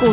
股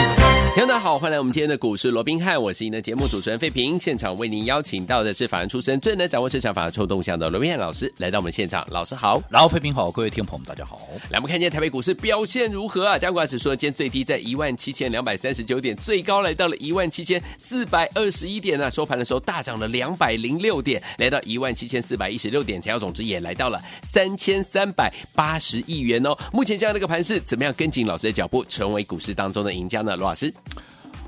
听众大家好，欢迎来我们今天的股市罗宾汉，我是您的节目主持人费平。现场为您邀请到的是法案出身、最能掌握市场法律臭动向的罗宾汉老师，来到我们现场。老师好，然后，飞平好，各位听众朋友们，大家好。来我们看一下台北股市表现如何啊？加权指数今天最低在一万七千两百三十九点，最高来到了一万七千四百二十一点呢、啊收盘的时候大涨了两百零六点，来到一万七千四百一十六点，成交总值也来到了三千三百八十亿元哦。目前这样的一个盘势，怎么样跟紧老师的脚步，成为股市当中的赢家呢？罗老师，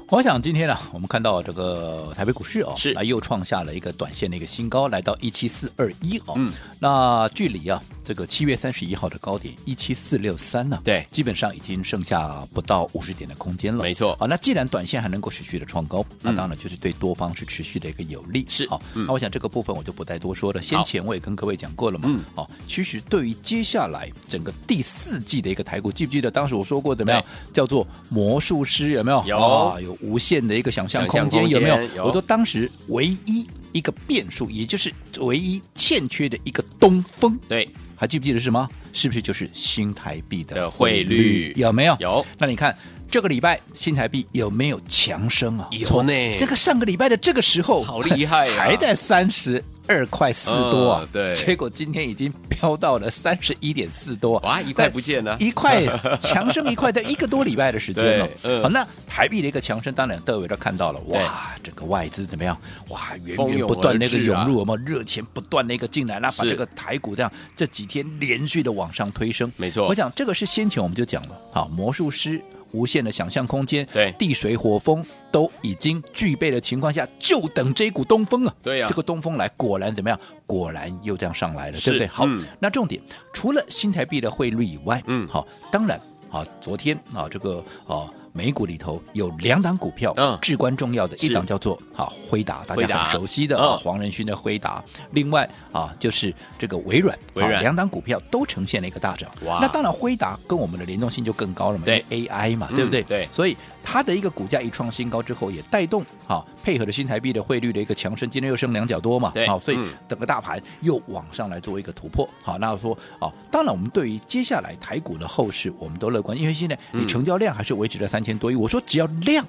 我想今天呢，我们看到这个台北股市哦，是来又创下了一个短线的一个新高，来到一七四二一哦。嗯，那距离啊这个七月三十一号的高点一七四六三呢，对基本上已经剩下不到五十点的空间了。没错好，那既然短线还能够持续的创高，那嗯当然就是对多方是持续的一个有利。是好，嗯那我想这个部分我就不再多说了。先好前我也跟各位讲过了嘛，嗯好，其实对于接下来整个第四季的一个台股，记不记得当时我说过怎么样叫做魔术师有没有？有啊，有无限的一个想象空想象间，空间有没有？有我说当时唯一一个变数，也就是唯一欠缺的一个东风，对，还记不记得是什么？是不是就是新台币的的汇率有没有？有那你看这个礼拜新台币有没有强升啊？有从呢这个上个礼拜的这个时候，哎好厉害啊还在三十。二块四多啊嗯，对结果今天已经飙到了三十一点四多啊，哇，一块不见了，一块强升一块，在一个多礼拜的时间了对。嗯好，那台币的一个强升，当然各位都看到了，对哇，整个外资怎么样？哇，源蜂源拥不断那个而至啊涌入，我们热钱不断那个进来，那把是这个台股这样这几天连续的往上推升。没错我想这个是先前我们就讲了，好，魔术师。无限的想象空间，对地水火风都已经具备的情况下，就等这一股东风了。对呀这个东风来，果然怎么样？果然又这样上来了，是对不对？好，嗯那重点除了新台币的汇率以外，嗯好，当然啊，昨天啊，这个啊。美股里头有两档股票，嗯至关重要的是一档叫做啊辉达，大辉家达很熟悉的、嗯啊黄仁勋的辉达，另外啊就是这个微软，微软啊两档股票都呈现了一个大涨。哇那当然辉达跟我们的联动性就更高了嘛，对因为 AI 嘛，对不对？嗯对所以它的一个股价一创新高之后，也带动啊配合着新台币的汇率的一个强升，今天又升两角多嘛，对好，所以嗯整个大盘又往上来做一个突破。好，那说啊，当然我们对于接下来台股的后市，我们都乐观，因为现在嗯你成交量还是维持在三千多亿。我说只要量。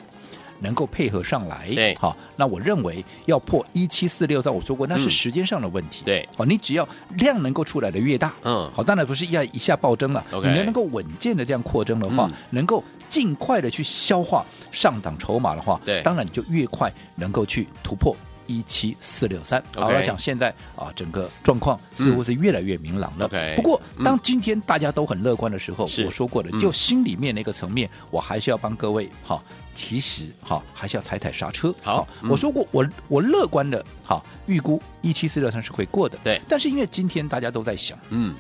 能够配合上来，对好，那我认为要破一七四六三，我说过那是嗯时间上的问题，对，哦，你只要量能够出来的越大，嗯好，当然不是要一下暴增了 OK 你能够稳健的这样扩增的话，嗯能够尽快的去消化上档筹码的话，对当然你就越快能够去突破。一七四六三，好， OK 我想现在啊，整个状况似乎是越来越明朗了。 OK 不过，嗯当今天大家都很乐观的时候，是我说过的，嗯就心里面那个层面，我还是要帮各位好，其实好，还是要踩踩刹车。好嗯我说过，我我乐观的好预估一七四六三是会过的。对但是因为今天大家都在想，嗯，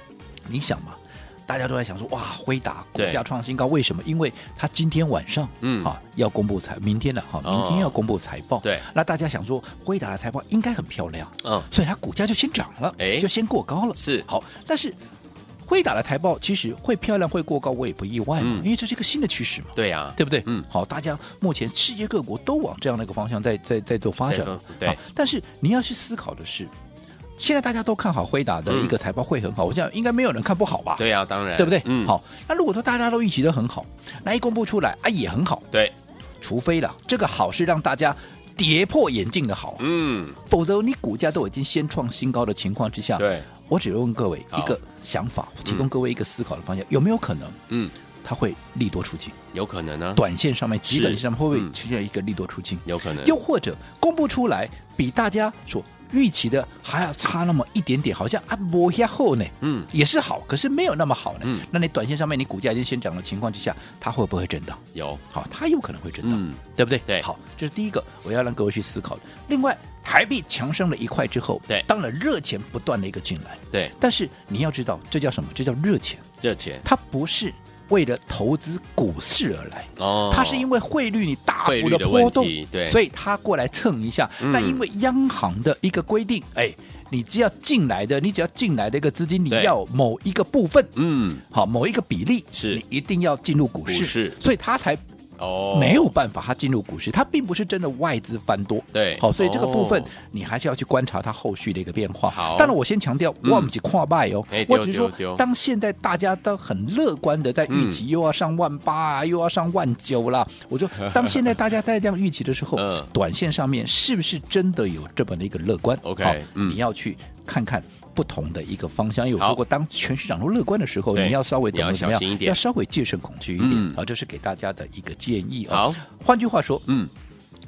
你想嘛，大家都在想说，哇，辉达股对价创新高，为什么？因为它今天晚上，嗯啊，要公布财，明天了哈，哦明天要公布财报，对那大家想说，辉达的财报应该很漂亮，嗯，所以它股价就先涨了，哎就先过高了，是好，但是。辉达的财报其实会漂亮，会过高，我也不意外嘛，嗯因为这是一个新的趋势嘛。对呀，对不对？嗯好，大家目前世界各国都往这样的一个方向在在在做发在展做嘛。对好，但是你要去思考的是，现在大家都看好辉达的一个财报会很好，我想应该没有人看不好吧？嗯对呀，当然，对不对？嗯，，好，那如果说大家都预期的很好，那一公布出来啊也很好，对，除非了这个好是让大家跌破眼镜的好啊，嗯，否则你股价都已经先创新高的情况之下，对，我只问各位好一个想法，提供各位一个思考的方向，有没有可能嗯，它会利多出尽？有可能呢，短线上面、基本线上面会不会嗯出现一个利多出尽？有可能，又或者公布出来比大家所预期的还要差那么一点点，好像按摩一下后呢，嗯，也是好，可是没有那么好呢。嗯那你短线上面你股价已经先涨的情况之下，它会不会震荡？有，好，它有可能会震荡，嗯，对不对？对好，这是第一个我要让各位去思考的。另外，台币强升了一块之后，对当然热钱不断的一个进来，对，但是你要知道，这叫什么？这叫热钱，热钱，它不是为了投资股市而来。哦它是因为汇率你大汇幅率的的波动问题，对所以它过来蹭一下。嗯那因为央行的一个规定，哎，你只要进来的，你只要进来的一个资金，你对要某一个部分，嗯好，某一个比例，是你一定要进入股市，股市所以它才哦没有办法，它进入股市，它并不是真的外资翻多。对好，所以这个部分哦你还是要去观察它后续的一个变化。好当然我先强调，嗯我们去跨卖哦哎，我对只是对对说，当现在大家都很乐观的在预期又要上万八啊，又要上万 九啦，我说当现在大家在这样预期的时候嗯，短线上面是不是真的有这么的一个乐观 OK，好嗯你要去看看。不同的一个方向，因为我好说过，当全市场都乐观的时候，对你要稍微你懂要得怎小么样心一，点要稍微戒慎恐惧一嗯点啊，这是给大家的一个建议啊。好，换句话说，嗯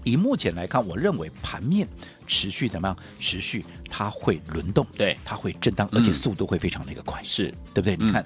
以目前来看，我认为盘面持续怎么样？持续它会轮动，对它会震荡，嗯而且速度会非常的一个快，是对不对？嗯你看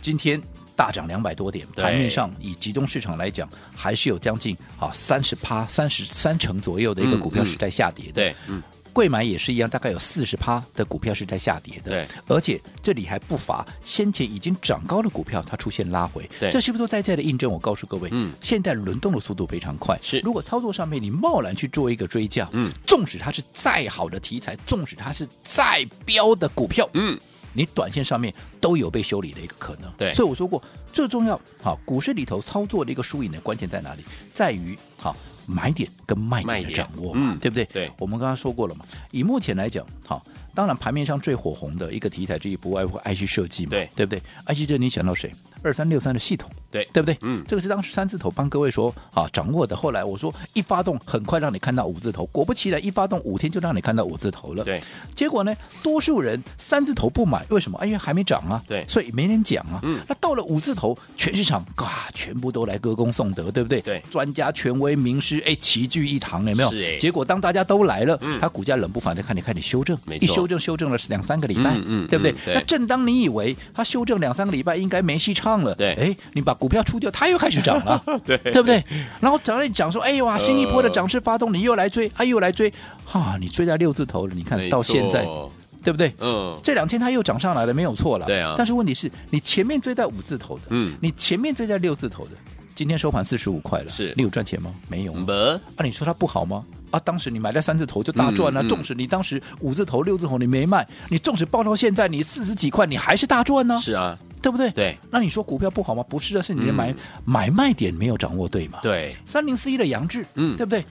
今天。大涨两百多点，对盘面上以集中市场来讲，还是有将近啊三十趴、三十三成左右的一个嗯股票嗯是在下跌的。对嗯贵买也是一样，大概有四十趴的股票是在下跌的，对，而且这里还不乏先前已经涨高的股票，它出现拉回，对这是不是都在在的印证？我告诉各位，嗯现在轮动的速度非常快，是如果操作上面你贸然去做一个追价，嗯，纵使它是再好的题材，纵使它是再标的股票，嗯你短线上面都有被修理的一个可能。对所以我说过，最重要好，股市里头操作的一个输赢的关键在哪里？在于好买点跟卖卖点的点掌握嘛，嗯对不对？对我们刚刚说过了嘛，以目前来讲，好。当然，盘面上最火红的一个题材之一，不外乎 IC 设计嘛，对对不对？IC 设计你想到谁？二三六三的系统，对对不对？嗯这个是当时三字头帮各位说啊掌握的。后来我说一发动，很快让你看到五字头，果不其然，一发动五天就让你看到五字头了。对，结果呢，多数人三字头不买，为什么？啊因为还没涨啊，对所以没人讲啊。嗯那到了五字头，全市场嘎，全部都来歌功颂德，对不对？对专家、权威、名师，哎，齐聚一堂，有没有？是哎结果当大家都来了，嗯它股价冷不防的看你看你修正没，错一修正修正了两三个礼拜，嗯嗯对不对？嗯对那正当你以为它修正两三个礼拜应该没戏唱了，对哎，你把股票出掉，它又开始涨了， 对呃对不对？然后涨了涨说，哎呦啊，新一波的涨势发动，你又来追，哎、又来追，哈、你追在六字头了，你看没到现在，错对不对？嗯这两天它又涨上来了，没有错了。对啊但是问题是你前面追在五字头的，嗯你前面追在六字头的，今天收盘四十五块了，是嗯你有赚钱吗？没有啊。没啊，你说它不好吗？啊，当时你买在三字头就大赚了、嗯嗯纵使你当时五字头、六字头你没卖，你纵使报到现在你四十几块，你还是大赚呢、是啊对不对？对那你说股票不好吗？不是的，是你的买、嗯买卖点没有掌握对嘛？对三零四一的杨志，嗯对不对？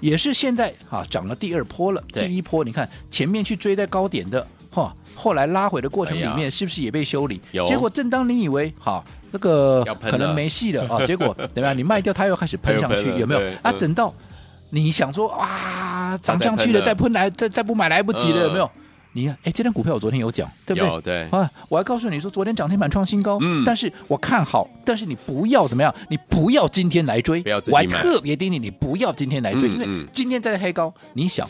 也是现在啊涨了第二波了，对第一波你看前面去追在高点的，哈、后来拉回的过程里哎呀面是不是也被修理？有结果正当你以为哈那个要喷了可能没戏了 啊，结果怎么样？你卖掉它又开始喷上它又去喷，了有没有对？啊，嗯等到你想说啊涨上去它了，再再喷喷来再再不买来不及了，嗯有没有？你看，哎，这张股票我昨天有讲，对不对？有对啊，我还告诉你说，昨天涨停板创新高，嗯但是我看好，但是你不要怎么样，你不要今天来追，不要自己我还买特别叮咛你不要今天来追，嗯因为嗯今天在黑高，你想，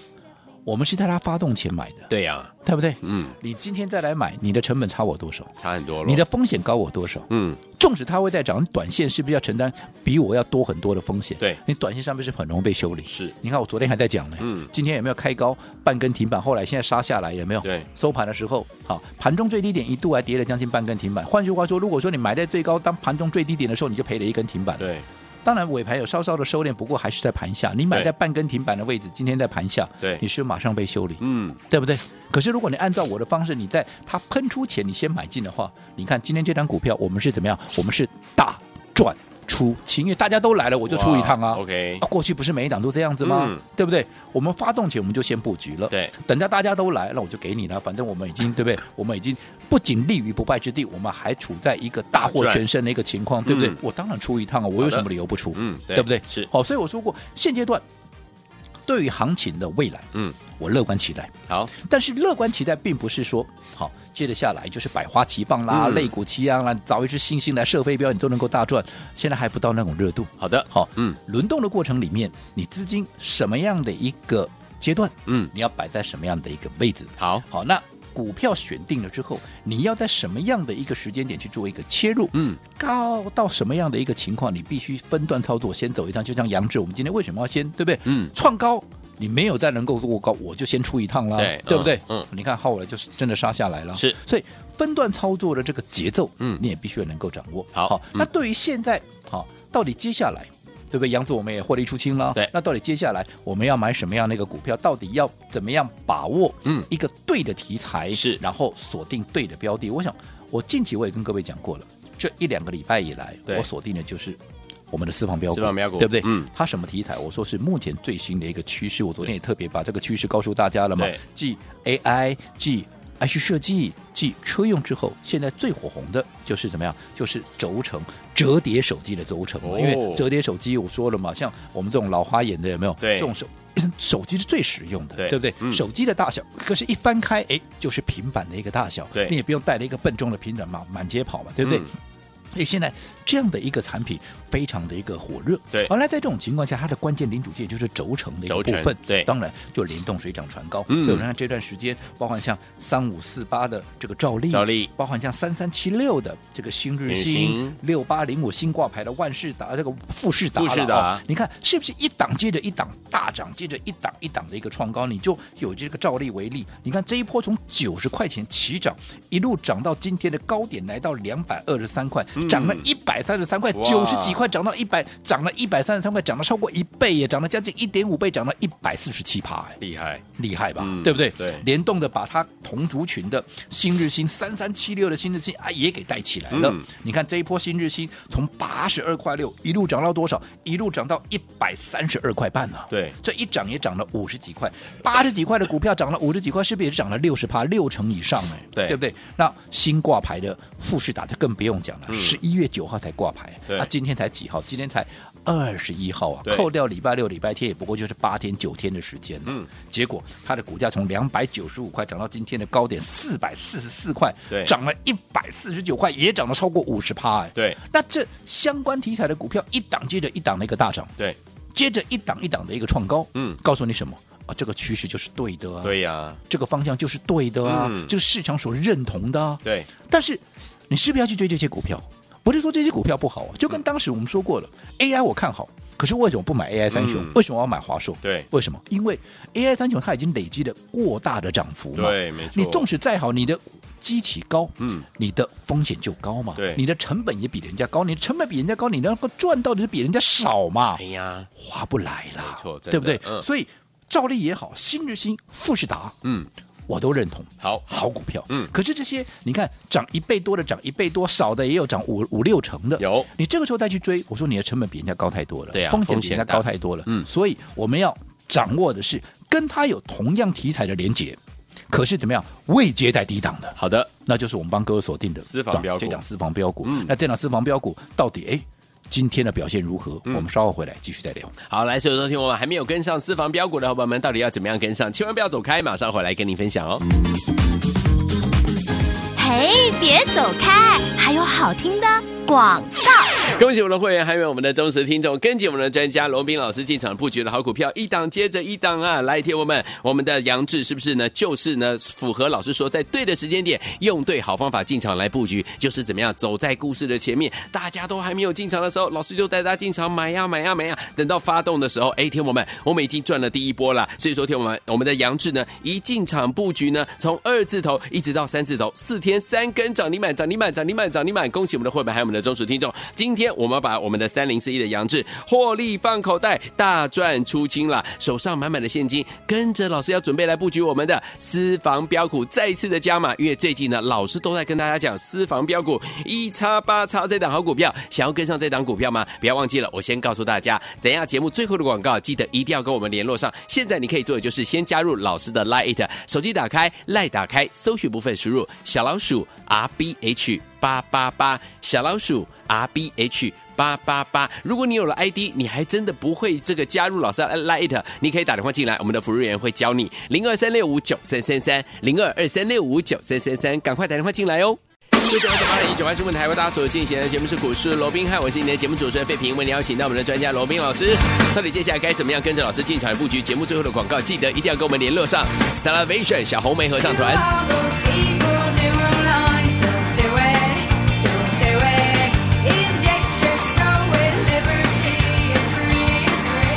我们是在它发动前买的，对呀对不对？嗯你今天再来买，你的成本差我多少？差很多了你的风险高我多少？嗯纵使它会在涨，你短线是不是要承担比我要多很多的风险？对你短线上面是很容易被修理。是你看我昨天还在讲呢，嗯今天有没有开高半根停板？后来现在杀下来有没有？对收盘的时候，好，盘中最低点一度还跌了将近半根停板。换句话说，如果说你买在最高，当盘中最低点的时候，你就赔了一根停板。对当然尾盘有稍稍的收敛，不过还是在盘下。你买对在半根停板的位置，今天在盘下，对你是不是马上被修理，嗯对不对？可是如果你按照我的方式，你在它喷出前你先买进的话，你看今天这张股票我们是怎么样？我们是大赚出清，因为大家都来了，我我就出一趟啊。哦 OK 啊，过去不是每一档都这样子吗？嗯对不对？我们发动前我们就先布局了，对，等到大家都来，那我就给你了。反正我们已经对 不对？我们已经不仅立于不败之地，我们还处在一个大大获赚全胜的一个情况，对不对？嗯我当然出一趟啊，我有什么理由不出？嗯对不对？是好，所以我说过，现阶段对于行情的未来，嗯我乐观期待。好但是乐观期待并不是说好接着下来就是百花齐放啦、嗯肋骨齐扬啦，找一只星星来射飞镖，你都能够大赚。现在还不到那种热度。好的好，嗯轮动的过程里面，你资金什么样的一个阶段，嗯你要摆在什么样的一个位置？好好，那股票选定了之后，你要在什么样的一个时间点去做一个切入？嗯高到什么样的一个情况，你必须分段操作，先走一趟。就像杨志，我们今天为什么要先对不对？嗯创高。你没有再能够过高，我就先出一趟啦，对不对？嗯嗯你看后来就是真的杀下来了，是，所以分段操作的这个节奏，嗯你也必须要能够掌握。好嗯那对于现在，好、到底接下来，对不对？杨子我们也获利出清了，对那到底接下来我们要买什么样的一个股票？到底要怎么样把握？嗯一个对的题材是然后锁定对的标的。我想，我近期我也跟各位讲过了，这一两个礼拜以来，对我锁定的就是。我们的私房标股，私房标股对不对？嗯它什么题材？我说是目前最新的一个趋势。我昨天也特别把这个趋势告诉大家了嘛对，继 AI、继 H 设计、继车用之后，现在最火红的就是怎么样？就是轴承折叠手机的轴承嘛哦因为折叠手机我说了嘛，像我们这种老花眼的有没有？对这种手 手机是最实用的，对不对？嗯手机的大小，可是一翻开，哎，就是平板的一个大小，对你也不用带了一个笨重的平板嘛，满街跑嘛，对不对？嗯所以现在这样的一个产品非常的一个火热，对而来在这种情况下，它的关键零组件就是轴承的一个轴部承分，对当然就联动水涨船高。嗯所以我们看这段时间，包含像三五四八的这个兆利，兆利包含像三三七六的这个新日日新新，六八零五新挂牌的万事达，这个富士达了，富士达哦你看是不是一档接着一档大涨，接着一档一档的一个创高？你就有这个照例为例，你看这一波从九十块钱起涨，一路涨到今天的高点，来到两百二十三块，涨了一百三十三块，嗯哇九十几块涨到一百，涨了一百三十三块，涨了超过一倍耶，涨了将近一点五倍，涨了一百四十七趴哎。厉害，厉害吧，嗯对不对？对联动的把它同族群的新日新三三七六的新日新啊也给带起来了。嗯你看这一波新日新从八十二块六一路涨到多少？一路涨到一百三十二块半呢、啊。对这一涨也涨了五十几块，八十几块的股票涨了五十几块，是不是也是涨了六十趴，六成以上哎？对对不对？那新挂牌的富士达就更不用讲了，十一、月九号才挂牌，嗯对那、今天才几号？今天才二十一号啊对，扣掉礼拜六、礼拜天，也不过就是八天、九天的时间。嗯，结果它的股价从两百九十五块涨到今天的高点四百四十四块，对涨了一百四十九块，也涨了超过五十趴。哎，对那这相关题材的股票一档接着一档的一个大涨，对接着一档一档的一个创高，嗯告诉你什么啊？这个趋势就是对的啊，，对呀，这个方向就是对的啊，嗯这个市场所认同的啊。对但是你是不是要去追这些股票？不是说这些股票不好啊，就跟当时我们说过了、a i 我看好，可是为什么不买 AI 三雄？嗯为什么我要买华硕？对为什么？因为 AI 三雄它已经累积了过大的涨幅嘛。对，没错，你纵使再好，你的基期高，嗯，你的风险就高嘛。对你的成本也比人家高，你的成本比人家高，你能够赚到的就比人家少嘛哎。呀，划不来啦，没错真的对不对？嗯所以照例也好，新日新、富士达，嗯，我都认同。好好股票，嗯可是这些你看涨一倍多的，涨一倍多，少的也有涨五五六成的，有你这个时候再去追，我说你的成本比人家高太多了，对啊风险风比险人家大高太多了，嗯所以我们要掌握的是跟它有同样题材的连接，可是怎么样未接在低档的，好的，那就是我们帮各位锁定的私房标股这档私房标股。嗯那这档私房标股到底哎今天的表现如何？嗯我们稍后回来继续再聊。好，来，所有收听我们还没有跟上私房标股的伙伴们，到底要怎么样跟上？千万不要走开，马上回来跟您分享哦。嘿，别走开，还有好听的广告。 恭喜我们的会员，还有我们的忠实听众，跟紧我们的专家罗斌老师进场布局的好股票，一档接着一档啊！来，听我们，我们的杨志是不是呢？就是呢，符合老师说，在对的时间点，用对好方法进场来布局，就是怎么样走在故事的前面。大家都还没有进场的时候，老师就带大家进场买呀买呀买呀。等到发动的时候，哎，听我们，我们已经赚了第一波了。所以说，听我们，我们的杨志呢，一进场布局呢，从二字头一直到三字头，四天三根涨停板，涨停板，涨停板，涨停板，恭喜我们的会员，还有我们的忠实听众。今天我们把我们的三零四一的杨志获利放口袋，大赚出清了，手上满满的现金，跟着老师要准备来布局我们的私房标股，再次的加码，因为最近呢，老师都在跟大家讲私房标股一叉八叉这档好股票，想要跟上这档股票吗？不要忘记了，我先告诉大家，等一下节目最后的广告，记得一定要跟我们联络上。现在你可以做的就是先加入老师的 Lite，手机打开 Lite 打开，搜寻部分输入小老鼠 R B H。八八八，小老鼠 R B H 八八八。如果你有了 ID，你还真的不会这个加入老师 Lite，你可以打电话进来，我们的服务员会教你零二三六五九三三三零二二三六五九三三三，赶快打电话进来哦。九九八零一九八是问台为大家所进行的节目是股市罗宾汉，我是你的节目主持人费平，为你邀请到我们的专家罗宾老师。到底接下来该怎么样跟着老师进场来布局？节目最后的广告记得一定要跟我们联络上 Starvation 小红梅合唱团。 Because I got that what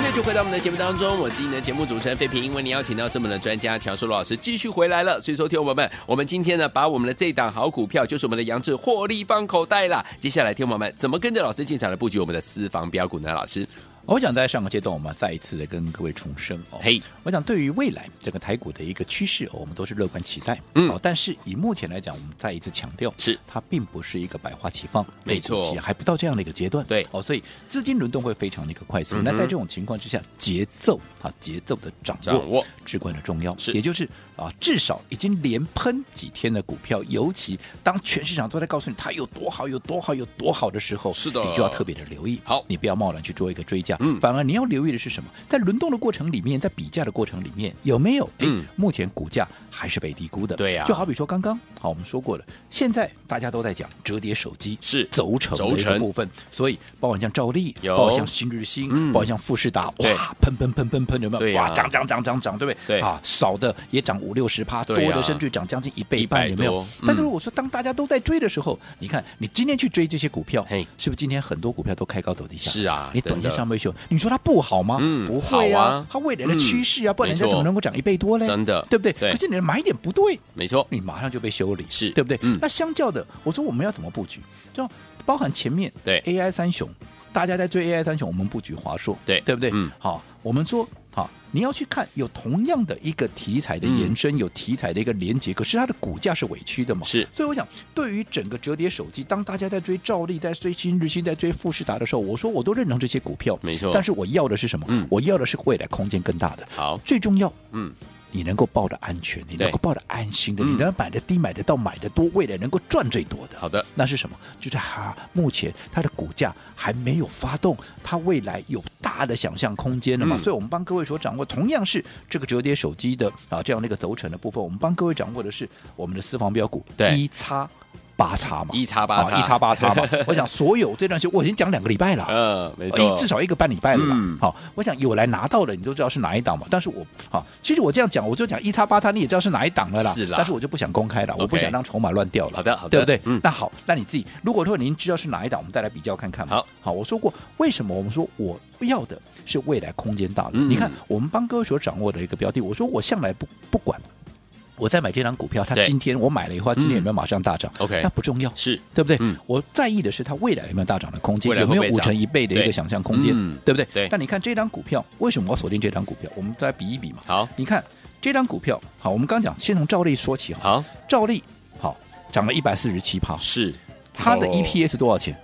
it 在节目当中，我是你的节目主持人费平，因为你邀请到是我们的专家乔舒罗老师继续回来了，所以说，听众朋友们，我们今天呢，把我们的这档好股票，就是我们的杨志获利放口袋啦。接下来，听众朋友们，怎么跟着老师进场来布局我们的私房标股呢？老师，我想在上个阶段，我们再一次的跟各位重申哦，嘿我想对于未来整个台股的一个趋势、哦，我们都是乐观期待，嗯好但是以目前来讲，我们再一次强调，是它并不是一个百花齐放，没错类股期还不到这样的一个阶段，对哦，所以资金轮动会非常的一个快速。嗯哼那在这种情况之下，节奏啊，节奏的掌握掌握至关的重要，是也就是啊，至少已经连喷几天的股票，尤其当全市场都在告诉你它有多好、有多好、有多好的时候，是的你就要特别的留意，好你不要贸然去做一个追加，嗯反而你要留意的是什么？在轮动的过程里面，在比价的过程里面，有没有？哎嗯目前股价还是被低估的。对呀就好比说刚刚，好，我们说过了，现在大家都在讲折叠手机是轴承的一轴承个部分，所以包括像兆力，有包括像新日新，嗯包括像富士达，对哇，喷喷喷喷喷，有没有？对呀哇，涨涨涨涨涨，对不对？对啊，少的也涨五六十趴，多对呀的甚至涨将近一倍100半，有没有多？嗯但是我说，当大家都在追的时候，你看，你今天去追这些股票嘿，是不是今天很多股票都开高走低下？是啊你短真线的上面修，你说它不好吗？嗯不会好啊啊，它未来的趋势啊，嗯不然人家没错怎么能够涨一倍多嘞？真的对不对？对可是你的买点不对，没错，你马上就被修理，是对不对？嗯那相较的，我说我们要怎么布局？就包含前面对 AI 三雄，大家在追 AI 三雄，我们布局华硕，对对不对？嗯，好，我们说好。你要去看有同样的一个题材的嗯延伸，有题材的一个连接，可是它的股价是委屈的嘛？是所以我想，对于整个折叠手机，当大家在追兆力、在追新日新、在追富士达的时候，我说我都认同这些股票，没错但是我要的是什么？嗯我要的是未来空间更大的。好，最重要，嗯，你能够抱着安全，你能够对抱着安心的，嗯你能够买的低、买得到、买得多，未来能够赚最多的。好的，那是什么？就是它、目前它的股价还没有发动，它未来有大的想象空间了嘛？嗯所以，我们帮各位所掌握，同样是这个折叠手机的啊这样的一个轴承的部分，我们帮各位掌握的是我们的私房标股对一叉八叉嘛，一叉八叉啊一叉八叉嘛。我想所有这段时间我已经讲两个礼拜了， 嗯，没哎错，至少一个半礼拜了吧。嗯好，我想有来拿到的，你都知道是哪一档嘛。但是我好，其实我这样讲，我就讲一叉八叉，你也知道是哪一档了啦。是啦但是我就不想公开了，我不 OK 想让筹码乱掉了。好的好的对不对？嗯那好，那你自己，如果说您知道是哪一档，我们再来比较看看嘛。好，好，我说过，为什么我们说我要的是未来空间大的？嗯你看，我们帮各位所掌握的一个标的，我说我向来不不管。我在买这张股票，它对嗯今天我买了以后，它今天有没有马上大涨、 OK 那不重要，是对不对？嗯我在意的是它未来有没有大涨的空间，未来有会没不有会五成涨一倍的一对个想象空间，嗯对不对？对但你看这张股票，为什么我锁定这张股票？我们再比一比嘛。好，你看这张股票，好，我们刚讲，先从兆利说起哈。好，兆利好涨了一百四十七趴，是它的哦 EPS 多少钱？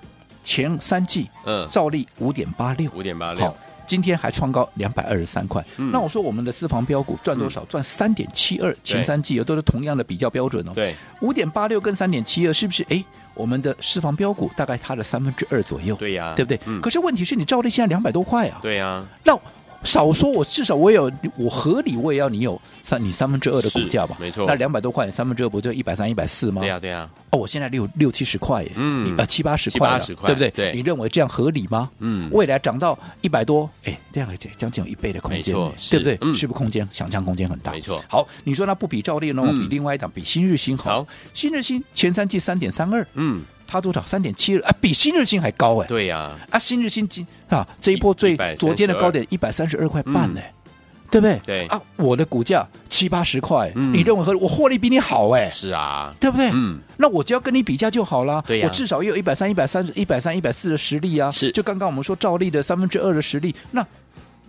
前三季嗯，兆利五点八六，五点八好六，，今天还创高两百二十三块。嗯那我说我们的私房标股赚多少？赚三点七二，前三季都是同样的比较标准哦。对，五点八六跟三点七二是不是？哎，我们的私房标股大概它的三分之二左右，对呀，对不对？嗯可，是问题是你照例现在两百多块啊，对呀，那少说我至少我有我合理我也要你有三你三分之二的股是价吧？没错那两百多块三分之二不就一百三一百四吗？对呀，对呀，哦，我现在六六七十块耶，嗯你呃七八十七块了，八十块对不对？对你认为这样合理吗？嗯未来涨到一百多，哎，这样将近有一倍的空间没错呢，是对不对？嗯是不是空间想象空间很大？没错好，你说那不比照例呢？我嗯比另外一档，比新日新好好。新日新前三季三点三二，嗯，它多少？三点七二，啊，比新日新还高哎。对呀，啊，新日新今啊，这一波最132昨天的高点一百三十二块半呢、对不对？嗯对啊，我的股价七八十块，嗯你认为合理？我获利比你好哎，是啊，对不对？嗯，那我只要跟你比较就好啦。对呀我至少也有一百三、一百三、一百三、一百四的实力啊。是就刚刚我们说照例的三分之二的实力，那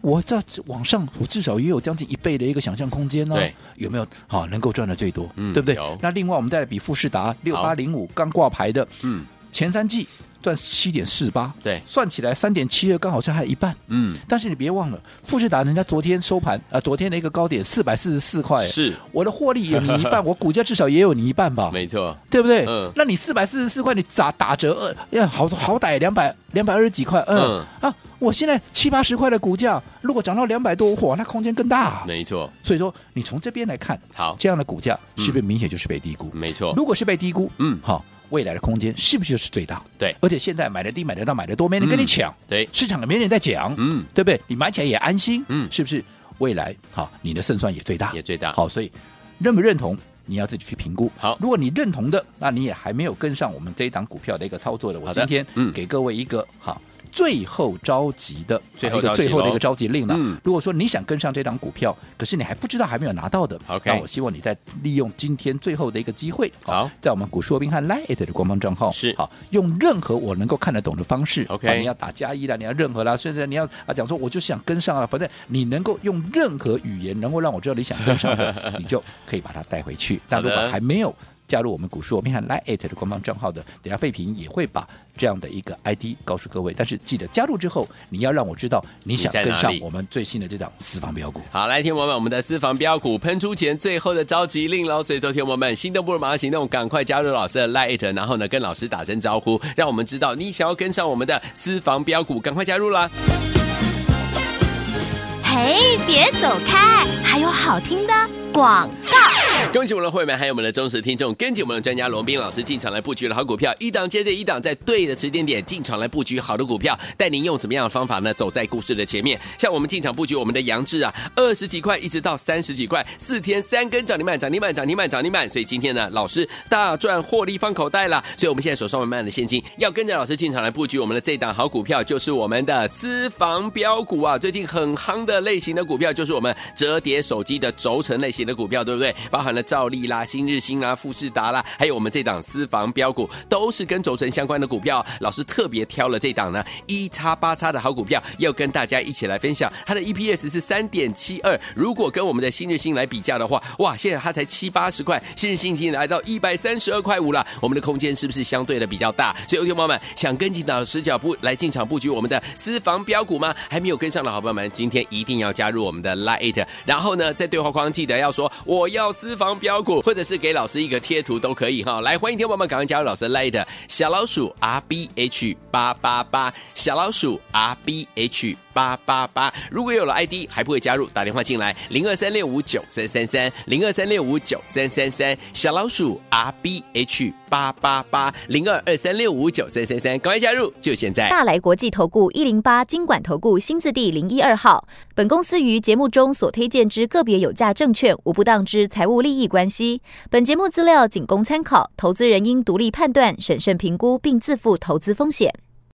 我在往上，我至少也有将近一倍的一个想象空间呢、啊对有没有？好，能够赚的最多，嗯对不对有？那另外我们再来比富士达六八零五刚挂牌的，嗯，前三季赚七点四八，对算起来三点七二，刚好是还有一半。嗯，但是你别忘了，富士达人家昨天收盘啊、呃昨天的一个高点四百四十四块，是我的获利有你一 半，我股价至少也有你一半吧？没错，对不对？嗯那你四百四十四块，你打打折二，要好好歹两百两百二十几块，嗯啊，我现在七八十块的股价，如果涨到两百多，哇，那空间更大、啊没错，所以说，你从这边来看，好，这样的股价是不是明显就是被低估？没错，如果是被低估，嗯好，未来的空间是不是就是最大？对而且现在买的低、买得到、买的多，没人跟你嗯抢，对，市场也没人在讲，嗯，对不对？你买起来也安心，嗯是不是？未来好，你的胜算也最大，也最大，，好，所以认不认同？你要自己去评估。好如果你认同的，那你也还没有跟上我们这一档股票的一个操作的，好我的今天嗯给各位一个好最后召集的啊最一后个召集最后的咯一个召集令了。嗯如果说你想跟上这档股票，可是你还不知道还没有拿到的 OK 那我希望你再利用今天最后的一个机会，好在我们股市罗宾汉 Lite 的官方账号是好，用任何我能够看得懂的方式 OK 啊你要打加一啦，你要任何啦，甚至你要啊讲说我就想跟上啊，反正你能够用任何语言能够让我知道你想跟 上的，你就可以把它带回去。那好的如果还没有加入我们股市，我们看 Lite 的官方账号的，等下费平也会把这样的一个 ID 告诉各位。但是记得加入之后，你要让我知道你想你在跟哪上里我们最新的这档私房标股。好，来，天王们，我们的私房标股喷出前最后的召集令喽，所以，昨天我们心动不如马上行动，赶快加入老师的 Lite，然后呢，跟老师打声招呼，让我们知道你想要跟上我们的私房标股，赶快加入啦！嘿，别走开，还有好听的广告。恭喜我们的会员，还有我们的忠实听众，跟紧我们的专家罗斌老师进场来布局了好股票，一档接着一档，在对的时间点进场来布局好的股票，带您用什么样的方法呢？走在故事的前面。像我们进场布局我们的杨志啊，二十几块一直到三十几块，四天三根涨停板，涨停板，涨停板，涨停板。所以今天呢，老师大赚获利放口袋了。所以我们现在手上满满的现金，要跟着老师进场来布局我们的这档好股票，就是我们的私房标股啊，最近很夯的类型的股票就是我们折叠手机的轴承类型的股票，对不对？包含了兆利啦、新日新啦、啊富士达啦，还有我们这档私房标股，都是跟轴承相关的股票。老师特别挑了这档呢一叉八叉的好股票，要跟大家一起来分享。它的 EPS 是三点七二，如果跟我们的新日新来比较的话，哇，现在它才七八十块，新日新已经来到一百三十二块五了，我们的空间是不是相对的比较大？所以，有听众朋友们想跟紧老师脚步来进场布局我们的私房标股吗？还没有跟上的好朋友们，今天一定要加入我们的 Lite，然后呢，在对话框记得要说我要私房标股，或者是给老师一个贴图都可以哈。来，欢迎听众朋友们赶快加入老师的 Lite 小老鼠 R B H 八八八小老鼠 R B H。八八八。如果有了 ID 还不会加入，打电话进来零二三六五九三三三零二三六五九三三三小老鼠 R B H 八八八零二二三六五九三三三，赶快加入，就现在。大来国际投顾一零八金管投顾新字第零一二号。本公司于节目中所推荐之个别有价证券，无不当之财务利益关系。本节目资料仅供参考，投资人应独立判断、审慎评估，并自负投资风险。